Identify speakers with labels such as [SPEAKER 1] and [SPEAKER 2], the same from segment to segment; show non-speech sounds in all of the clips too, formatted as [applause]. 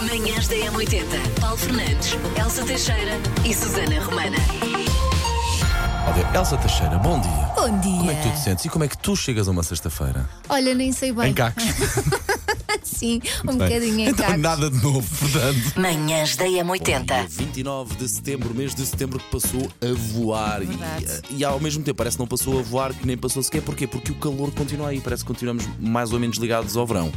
[SPEAKER 1] Manhãs da M80. Paulo Fernandes, Elsa Teixeira e Susana Romana.
[SPEAKER 2] Olha, Elsa Teixeira, bom dia.
[SPEAKER 3] Bom dia.
[SPEAKER 2] Como é que tu te sentes e como é que tu chegas a uma sexta-feira?
[SPEAKER 3] Olha, nem sei bem.
[SPEAKER 2] Em cacos.
[SPEAKER 3] Sim, [laughs] um
[SPEAKER 2] Bem,
[SPEAKER 3] bocadinho em
[SPEAKER 2] Então
[SPEAKER 3] cacos.
[SPEAKER 2] nada de novo, portanto.
[SPEAKER 1] Manhãs da
[SPEAKER 2] Dia
[SPEAKER 1] M80.
[SPEAKER 2] 29 de setembro, mês de setembro que passou a voar.
[SPEAKER 3] Verdade.
[SPEAKER 2] E, e ao mesmo tempo parece que não passou a voar, que nem passou sequer. Porquê? Porque o calor continua aí. Parece que continuamos mais ou menos ligados ao verão.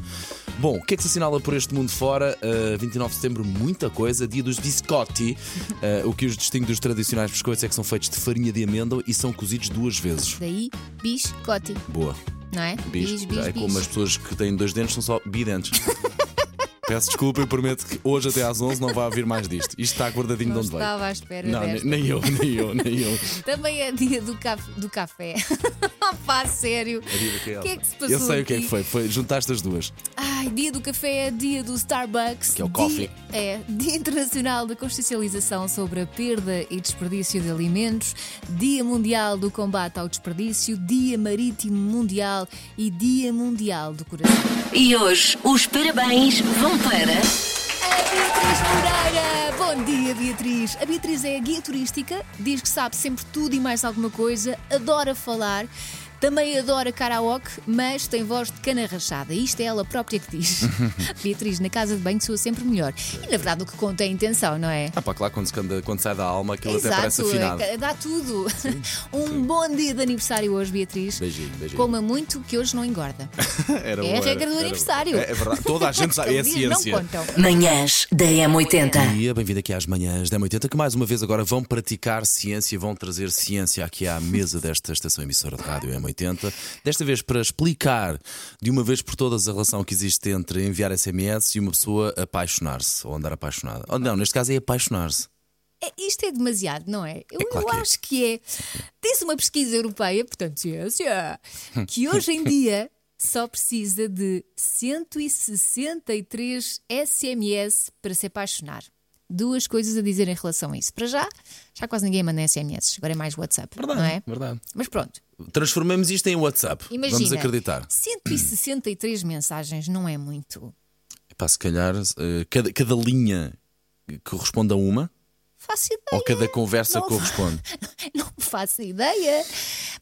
[SPEAKER 2] Bom, o que é que se assinala por este mundo fora? Uh, 29 de setembro, muita coisa. Dia dos biscotti. Uh, o que os distingue dos tradicionais biscoitos é que são feitos de farinha de amêndoa e são cozidos duas vezes.
[SPEAKER 3] Daí, biscote,
[SPEAKER 2] Boa.
[SPEAKER 3] não é?
[SPEAKER 2] Bis,
[SPEAKER 3] bis,
[SPEAKER 2] é
[SPEAKER 3] bis.
[SPEAKER 2] como as pessoas que têm dois dentes são só bidentes.
[SPEAKER 3] [laughs]
[SPEAKER 2] Peço desculpa e prometo que hoje até às 11 não vai haver mais disto. Isto está guardadinho
[SPEAKER 3] Não
[SPEAKER 2] de onde veio.
[SPEAKER 3] estava à espera
[SPEAKER 2] Não,
[SPEAKER 3] desta.
[SPEAKER 2] nem, nem eu, nem eu, nem
[SPEAKER 3] [laughs]
[SPEAKER 2] eu.
[SPEAKER 3] Também é dia do, caf- do café. [laughs] Ah, Pá, sério. O que é que se passou
[SPEAKER 2] Eu sei o que é
[SPEAKER 3] aqui?
[SPEAKER 2] que foi. Foi juntaste as duas.
[SPEAKER 3] Ai, dia do café, dia do Starbucks.
[SPEAKER 2] Que é o
[SPEAKER 3] dia-
[SPEAKER 2] coffee.
[SPEAKER 3] é, Dia Internacional da Consciencialização sobre a Perda e Desperdício de Alimentos, Dia Mundial do Combate ao Desperdício, Dia Marítimo Mundial e Dia Mundial do Coração.
[SPEAKER 1] E hoje os parabéns vão para.
[SPEAKER 3] A Beatriz Moreira! Bom dia, Beatriz! A Beatriz é a guia turística, diz que sabe sempre tudo e mais alguma coisa, adora falar, também adora karaoke, mas tem voz de cana rachada. Isto é ela própria que
[SPEAKER 2] [laughs]
[SPEAKER 3] diz. Beatriz, na casa de banho soa sempre melhor. E na verdade o que conta é a intenção, não é?
[SPEAKER 2] Ah, pá, claro, quando, se canta- quando sai da alma, aquilo até parece
[SPEAKER 3] Exato, [laughs]
[SPEAKER 2] afinado. [laughs]
[SPEAKER 3] é, dá tudo. [laughs] Um bom dia de aniversário hoje, Beatriz.
[SPEAKER 2] Beijinho, beijinho.
[SPEAKER 3] Coma muito que hoje não engorda.
[SPEAKER 2] Era
[SPEAKER 3] É
[SPEAKER 2] bom,
[SPEAKER 3] a
[SPEAKER 2] era-
[SPEAKER 3] regra do
[SPEAKER 2] era-
[SPEAKER 3] aniversário.
[SPEAKER 2] É, é verdade.
[SPEAKER 3] [laughs]
[SPEAKER 2] Toda [laughs] a gente sabe. É a
[SPEAKER 3] Aqueles dias
[SPEAKER 2] ciência.
[SPEAKER 3] um Não contam.
[SPEAKER 1] Manhãs da
[SPEAKER 2] Bom
[SPEAKER 3] Ah.
[SPEAKER 1] M80.
[SPEAKER 2] dia, bem-vindo aqui às manhãs da 80 que mais uma vez agora vão praticar ciência, vão trazer ciência aqui à mesa desta estação emissora de rádio M80. Desta vez para explicar de uma vez por todas a relação que existe entre enviar SMS e uma pessoa apaixonar-se ou andar apaixonada. Ou não, neste caso é apaixonar-se.
[SPEAKER 3] É, Isto é demasiado, não é? Eu,
[SPEAKER 2] É claro
[SPEAKER 3] eu
[SPEAKER 2] que é.
[SPEAKER 3] acho que é. Diz uma pesquisa europeia, portanto,
[SPEAKER 2] [laughs]
[SPEAKER 3] ciência, que hoje em dia só precisa de 163 SMS para se apaixonar. Duas coisas a dizer em relação a isso. Para já, já quase ninguém manda SMS, agora é mais WhatsApp, não é?
[SPEAKER 2] verdade.
[SPEAKER 3] Mas pronto,
[SPEAKER 2] Transformemos isto em WhatsApp.
[SPEAKER 3] imagina.
[SPEAKER 2] Vamos acreditar.
[SPEAKER 3] 163 mensagens não é muito.
[SPEAKER 2] Pá, se calhar eh, cada, cada linha corresponde a uma
[SPEAKER 3] Faço ideia.
[SPEAKER 2] ou cada conversa
[SPEAKER 3] Não.
[SPEAKER 2] corresponde.
[SPEAKER 3] [laughs] Não faço ideia.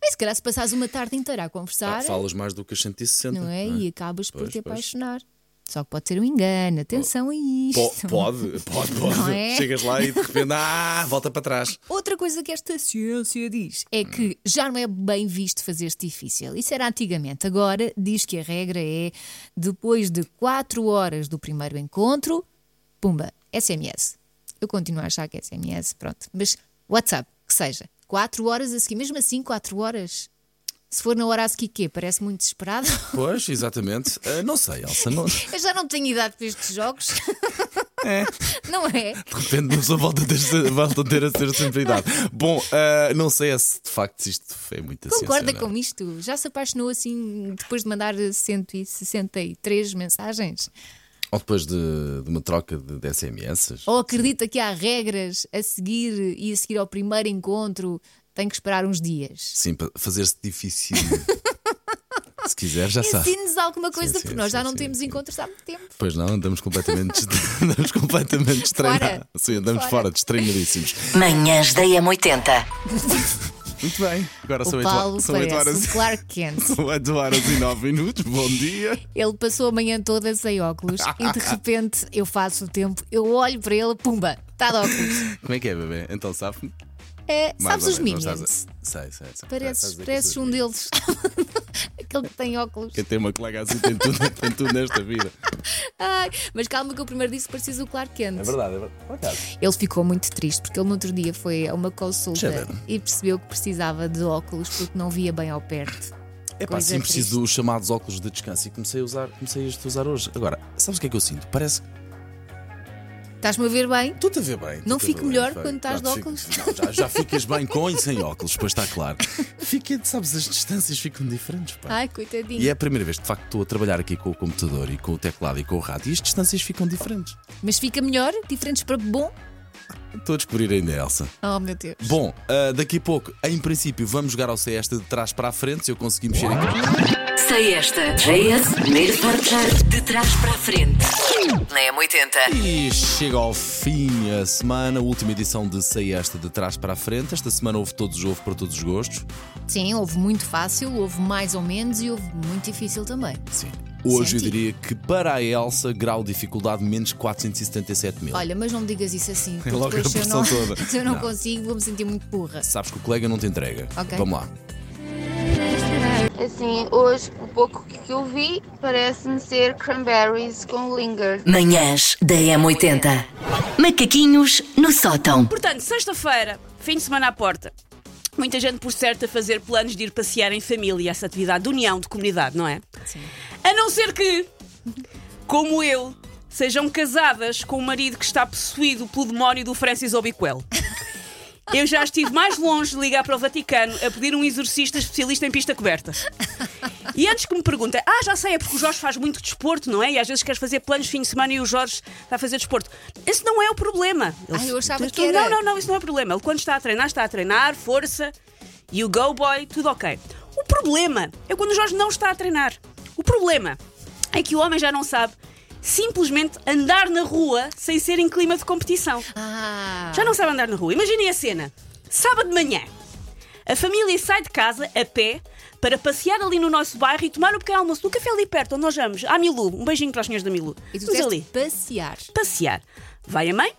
[SPEAKER 3] Mas se calhar se passares uma tarde inteira a conversar.
[SPEAKER 2] Falas mais do que as 160.
[SPEAKER 3] não é? E acabas por
[SPEAKER 2] Pois,
[SPEAKER 3] te
[SPEAKER 2] pois.
[SPEAKER 3] apaixonar. Só que pode ser um engano, atenção a isto.
[SPEAKER 2] Po- pode, pode,
[SPEAKER 3] Não
[SPEAKER 2] pode.
[SPEAKER 3] é?
[SPEAKER 2] Chegas lá e de repente, ah, volta para trás.
[SPEAKER 3] Outra coisa que esta ciência diz é que já não é bem visto fazer-se difícil. Isso era antigamente. Agora diz que a regra é depois de 4 horas do primeiro encontro, pumba, SMS. Eu continuo a achar que é SMS, pronto. Mas WhatsApp, que seja. 4 horas a seguir. Mesmo assim, 4 horas. Se for na hora a seguir, quê? Parece muito desesperado.
[SPEAKER 2] Pois, exatamente. Ah, não sei, Elsa. Não... De
[SPEAKER 3] Eu já não tenho idade para estes jogos. [laughs] Não é?
[SPEAKER 2] repente, uma pessoa volta a ter, volta a ter a ser sempre idade. Bom, ah, não sei é se de facto isto é muita
[SPEAKER 3] Concorda
[SPEAKER 2] ciência, não é?
[SPEAKER 3] com isto? Já se apaixonou assim depois de mandar 163 mensagens?
[SPEAKER 2] Ou depois de, de uma troca de, de SMS?
[SPEAKER 3] Ou acredita que há regras a seguir e a seguir ao primeiro encontro tem que esperar uns dias?
[SPEAKER 2] Sim, para fazer-se
[SPEAKER 3] [laughs]
[SPEAKER 2] difícil. se quiser, já sabe.
[SPEAKER 3] Ensine-nos alguma coisa,
[SPEAKER 2] Sim, sim,
[SPEAKER 3] porque nós já
[SPEAKER 2] sim,
[SPEAKER 3] não
[SPEAKER 2] sim,
[SPEAKER 3] temos
[SPEAKER 2] sim.
[SPEAKER 3] encontros há muito tempo.
[SPEAKER 2] Pois não, andamos completamente, dest- [laughs] andamos completamente estranhados. Sim, andamos
[SPEAKER 3] Fora.
[SPEAKER 2] fora, estranhadíssimos.
[SPEAKER 1] Manhãs da M80.
[SPEAKER 2] Muito bem, agora são
[SPEAKER 3] O
[SPEAKER 2] 8
[SPEAKER 3] Paulo
[SPEAKER 2] horas. São 8 horas.
[SPEAKER 3] parece o Clark Kent.
[SPEAKER 2] São 8 horas e 9 assim minutos, bom dia.
[SPEAKER 3] Ele passou a manhã toda sem óculos
[SPEAKER 2] [laughs]
[SPEAKER 3] e de repente eu faço o tempo, eu olho para ele, pumba, está de óculos.
[SPEAKER 2] Como é que é, bebê? Então sabe-me?
[SPEAKER 3] É,
[SPEAKER 2] Mais
[SPEAKER 3] sabes
[SPEAKER 2] ou
[SPEAKER 3] os
[SPEAKER 2] menos,
[SPEAKER 3] Minions?
[SPEAKER 2] não estás a- Sei, sei, sei.
[SPEAKER 3] Pareces,
[SPEAKER 2] Estás a-
[SPEAKER 3] pareces um deles. [laughs] Aquele que tem óculos.
[SPEAKER 2] Quem tem uma colega assim tem tudo, tem tudo nesta vida.
[SPEAKER 3] Ai, mas calma que eu primeiro disse que precisa o Clark Kent.
[SPEAKER 2] verdade, é verdade. Por acaso.
[SPEAKER 3] Ele ficou muito triste porque ele no outro dia foi a uma
[SPEAKER 2] Já
[SPEAKER 3] consulta
[SPEAKER 2] deram.
[SPEAKER 3] e percebeu que precisava de óculos porque não via bem ao perto.
[SPEAKER 2] É pá,
[SPEAKER 3] Coisa
[SPEAKER 2] sim, preciso dos chamados óculos de descanso e comecei a usar, comecei a usar hoje. Agora, sabes o que é que eu sinto? Parece que
[SPEAKER 3] Estás-me a ver bem?
[SPEAKER 2] tu te a ver bem.
[SPEAKER 3] Não
[SPEAKER 2] tu te a
[SPEAKER 3] fico
[SPEAKER 2] ver
[SPEAKER 3] melhor
[SPEAKER 2] bem,
[SPEAKER 3] quando estás
[SPEAKER 2] Claro,
[SPEAKER 3] de
[SPEAKER 2] fico-
[SPEAKER 3] óculos?
[SPEAKER 2] Não, já, já ficas bem com e sem óculos, pois está
[SPEAKER 3] [laughs]
[SPEAKER 2] claro. Fica, sabes, as distâncias ficam diferentes, pá.
[SPEAKER 3] Ai, coitadinho.
[SPEAKER 2] E é a primeira vez, de facto, estou a trabalhar aqui com o computador e com o teclado e com o rato e as distâncias ficam diferentes.
[SPEAKER 3] Mas fica melhor? Diferentes para bom?
[SPEAKER 2] Estou a descobrir ainda, Elsa.
[SPEAKER 3] Oh, meu Deus.
[SPEAKER 2] Bom, ah, daqui a pouco, em princípio, vamos jogar ao cesta de trás para a frente, se eu conseguir mexer aqui.
[SPEAKER 1] Sei esta. JS, primeiro forte de trás para a frente. Na M80.
[SPEAKER 2] E chega ao fim a semana, a última edição de Sei Esta de trás para a frente. Esta semana houve todos, houve para todos os gostos.
[SPEAKER 3] Sim, houve muito fácil, houve mais ou menos e houve muito difícil também.
[SPEAKER 2] Sim. Hoje
[SPEAKER 3] Senti.
[SPEAKER 2] eu diria que para a Elsa, grau de dificuldade menos 477 mil.
[SPEAKER 3] Olha, mas não me digas isso
[SPEAKER 2] [laughs]
[SPEAKER 3] assim, porque
[SPEAKER 2] logo a
[SPEAKER 3] depois se eu
[SPEAKER 2] pressão
[SPEAKER 3] não,
[SPEAKER 2] toda.
[SPEAKER 3] se [laughs] eu não
[SPEAKER 2] Não.
[SPEAKER 3] consigo, vou me sentir muito burra.
[SPEAKER 2] Sabes que o colega não te entrega.
[SPEAKER 3] Ok.
[SPEAKER 2] Vamos lá.
[SPEAKER 4] Assim, hoje, o pouco que eu vi, parece-me ser cranberries com lingard.
[SPEAKER 1] Manhãs da M80. Macaquinhos no sótão.
[SPEAKER 5] Portanto, sexta-feira, fim de semana à porta. Muita gente, por certo, a fazer planos de ir passear em família, essa atividade de união, de comunidade, não é? Sim. A não ser que, como eu, sejam casadas com um marido que está possuído pelo demónio do Francis Obiquel. Eu já estive mais longe de ligar para o Vaticano a pedir um exorcista especialista em pista coberta. E antes que me perguntem, ah, já sei, é porque o Jorge faz muito desporto, não é? E às vezes queres fazer planos de fim de semana e o Jorge vai fazer desporto. Esse não é o problema.
[SPEAKER 3] Ah, eu achava
[SPEAKER 5] Tu-
[SPEAKER 3] que era.
[SPEAKER 5] Não, não, não, isso não é problema. Ele quando está a treinar, está a treinar, força, e o go boy, tudo ok. O problema é quando o Jorge não está a treinar. O problema é que o homem já não sabe simplesmente andar na rua sem ser em clima de competição.
[SPEAKER 3] Ah,
[SPEAKER 5] Já não sabe andar na rua. Imaginem a cena. Sábado de manhã. A família sai de casa a pé para passear ali no nosso bairro e tomar um pequeno almoço no café ali perto, onde nós vamos. À Milu. Um beijinho para os senhores da Milu.
[SPEAKER 3] e tu
[SPEAKER 5] Vamos
[SPEAKER 3] disseste
[SPEAKER 5] ali.
[SPEAKER 3] passear.
[SPEAKER 5] Passear. Vai a mãe,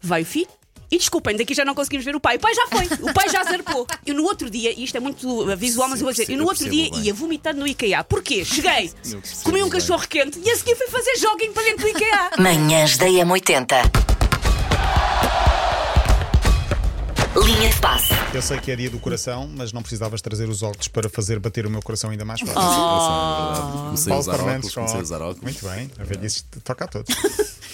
[SPEAKER 5] vai o filho. E desculpem, daqui já não conseguimos ver o pai. O pai já foi, o pai já zarpou. Eu no outro dia, e isto é muito uh, visual, mas eu vou dizer, eu no
[SPEAKER 2] eu
[SPEAKER 5] outro
[SPEAKER 2] percebo
[SPEAKER 5] dia
[SPEAKER 2] bem.
[SPEAKER 5] ia vomitar no IKEA. Porquê? Cheguei,
[SPEAKER 2] Eu percebo
[SPEAKER 5] comi um
[SPEAKER 2] bem.
[SPEAKER 5] cachorro quente e a seguir fui fazer jogging para dentro do IKEA.
[SPEAKER 1] Manhãs da M80. Linha de passe.
[SPEAKER 6] Eu sei que é dia do coração, mas não precisavas trazer os óculos para fazer bater o meu coração ainda mais forte.
[SPEAKER 3] Oh.
[SPEAKER 2] Comecei a Oh. usar óculos,
[SPEAKER 6] com
[SPEAKER 2] comecei a usar óculos.
[SPEAKER 6] Muito bem, a velhice toca a todos.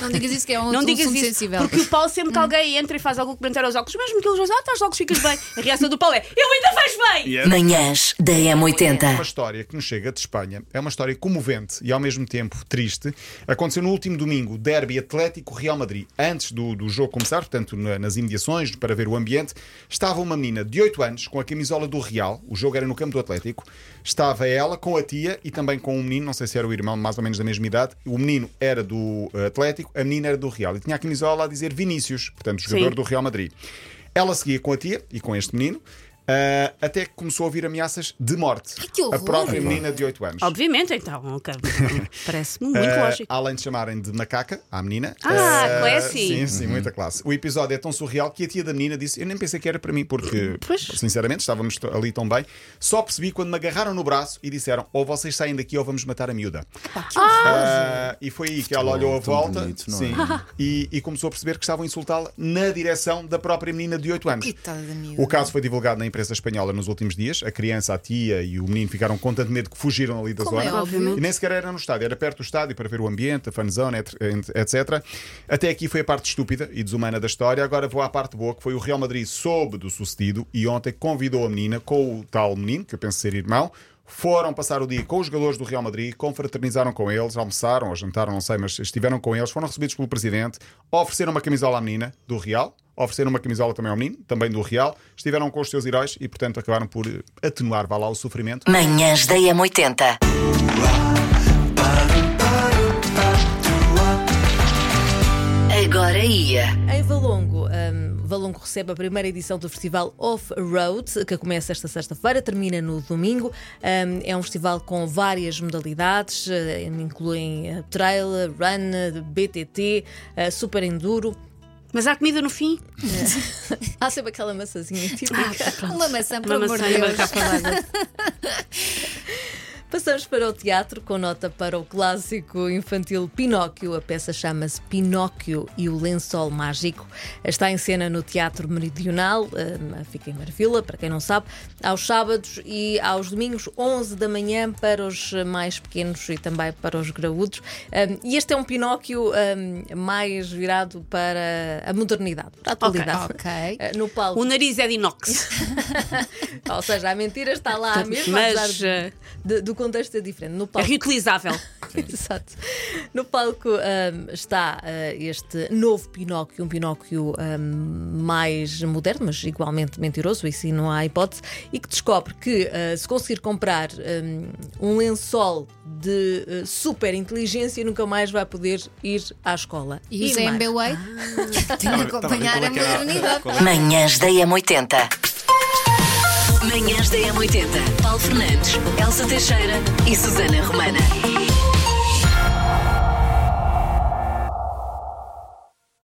[SPEAKER 3] Não Hum. digas isso que é um
[SPEAKER 5] Não
[SPEAKER 3] assunto
[SPEAKER 5] digas isso,
[SPEAKER 3] sensível.
[SPEAKER 5] porque o Paulo sempre que alguém entra e faz algo que comentar aos óculos, mesmo que ele diz, ah, estás óculos, ficas bem. A reação do Paulo é, eu ainda vejo bem!
[SPEAKER 1] Manhãs da
[SPEAKER 6] É Uma
[SPEAKER 1] M80.
[SPEAKER 6] história que nos chega de Espanha é uma história comovente e ao mesmo tempo triste. Aconteceu no último domingo, derby Atlético-Real Madrid. Antes do, do jogo começar, portanto, na- nas imediações, para ver o ambiente, estava uma menina de 8 anos com a camisola do Real. O jogo era no campo do Atlético. Estava ela com a tia e também com um menino, não sei se era o irmão, mais ou menos da mesma idade. O menino era do eh, Atlético, a menina era do Real. E tinha a camisola a dizer Vinícius, portanto, jogador
[SPEAKER 5] Sim.
[SPEAKER 6] do Real Madrid. Ela seguia com a tia e com este menino. ah, até que começou a ouvir ameaças de morte.
[SPEAKER 3] Ai, que
[SPEAKER 6] a
[SPEAKER 3] horror!
[SPEAKER 6] própria menina de 8 anos.
[SPEAKER 5] Obviamente, então, ok. parece-me muito
[SPEAKER 6] Ah,
[SPEAKER 5] lógico.
[SPEAKER 6] além de chamarem de macaca à menina.
[SPEAKER 5] Ah,
[SPEAKER 6] Ah,
[SPEAKER 3] é
[SPEAKER 5] classy.
[SPEAKER 3] assim.
[SPEAKER 6] Sim, sim,
[SPEAKER 2] Uhum.
[SPEAKER 6] muita classe. O episódio é tão surreal que a tia da menina disse: Eu nem pensei que era para mim, porque,
[SPEAKER 5] Pois.
[SPEAKER 6] sinceramente, estávamos t- ali tão bem. Só percebi quando me agarraram no braço e disseram: Ou vocês saem daqui ou vamos matar a miúda. Ah, e foi aí que ela olhou à
[SPEAKER 2] tão
[SPEAKER 6] volta
[SPEAKER 2] bonito, não é?
[SPEAKER 6] sim, e, e começou a perceber que estavam a insultá-la na direção da própria menina de 8 anos.
[SPEAKER 3] Coitada da miúda.
[SPEAKER 6] O caso foi divulgado na imprensa espanhola nos últimos dias. A criança, a tia e o menino ficaram com tanto medo que fugiram ali da
[SPEAKER 3] Como é
[SPEAKER 6] zona.
[SPEAKER 3] óbvio.
[SPEAKER 6] E nem sequer era no estádio, era perto do estádio para ver o ambiente, a fanzone, et- etc. Até aqui foi a parte estúpida e desumana da história. Agora vou à parte boa, que foi o Real Madrid soube do sucedido e ontem convidou a menina com o tal menino, que eu penso ser irmão. Foram passar o dia com os jogadores do Real Madrid, confraternizaram com eles, almoçaram ou jantaram, não sei, mas estiveram com eles, foram recebidos pelo presidente, ofereceram uma camisola à menina do Real, ofereceram uma camisola também ao menino, também do Real, estiveram com os seus heróis e, portanto, acabaram por eh, atenuar, vá lá, o sofrimento
[SPEAKER 1] Manhãs da M80. Agora ia.
[SPEAKER 7] Em Valongo, hum, Valongo recebe a primeira edição do festival Off-Road, que começa esta sexta-feira, termina no domingo. Hum, é um festival com várias modalidades, eh, incluem eh, trail, run, eh, BTT, eh, super enduro.
[SPEAKER 5] Mas há comida no fim?
[SPEAKER 7] Há sempre aquela massazinha [laughs] tipo, típica.
[SPEAKER 3] Uma maçã, por
[SPEAKER 5] Uma
[SPEAKER 3] amor de
[SPEAKER 5] maçã e uma
[SPEAKER 3] Deus.
[SPEAKER 5] capa d'água.
[SPEAKER 7] Passamos para o teatro, com nota para o clássico infantil Pinóquio. A peça chama-se Pinóquio e o Lençol Mágico. Está em cena no Teatro Meridional, hum, fica em Marvila, para quem não sabe, aos sábados e aos domingos, 11 da manhã, para os mais pequenos e também para os graúdos. Hum, E este é um Pinóquio hum, mais virado para a modernidade, para a atualidade.
[SPEAKER 3] Ok.
[SPEAKER 7] Eh, No palco.
[SPEAKER 3] [laughs]
[SPEAKER 5] O nariz é de inox.
[SPEAKER 7] Ou seja, a mentira está lá mesmo,
[SPEAKER 5] [laughs] Mas,
[SPEAKER 7] apesar de-
[SPEAKER 5] eh,
[SPEAKER 7] de- do contexto é diferente. No
[SPEAKER 5] É
[SPEAKER 7] palco,
[SPEAKER 5] reutilizável.
[SPEAKER 7] [laughs] Exato. No palco ahm, está ah, este novo Pinóquio, um Pinóquio ahm, mais moderno, mas igualmente mentiroso, isso aí não há hipótese, e que descobre que ah, se conseguir comprar ahm, um lençol de ah, super inteligência, nunca mais vai poder ir à escola.
[SPEAKER 3] E um o
[SPEAKER 7] mais.
[SPEAKER 3] ZMBWay [laughs] tem de
[SPEAKER 6] Estava ver
[SPEAKER 3] acompanhar
[SPEAKER 6] qual
[SPEAKER 3] a
[SPEAKER 6] é que era-
[SPEAKER 3] modernidade.
[SPEAKER 6] qual é-
[SPEAKER 1] Manhãs da M80. Manhãs da M80. Paulo Fernandes, Elsa Teixeira e Susana Romana.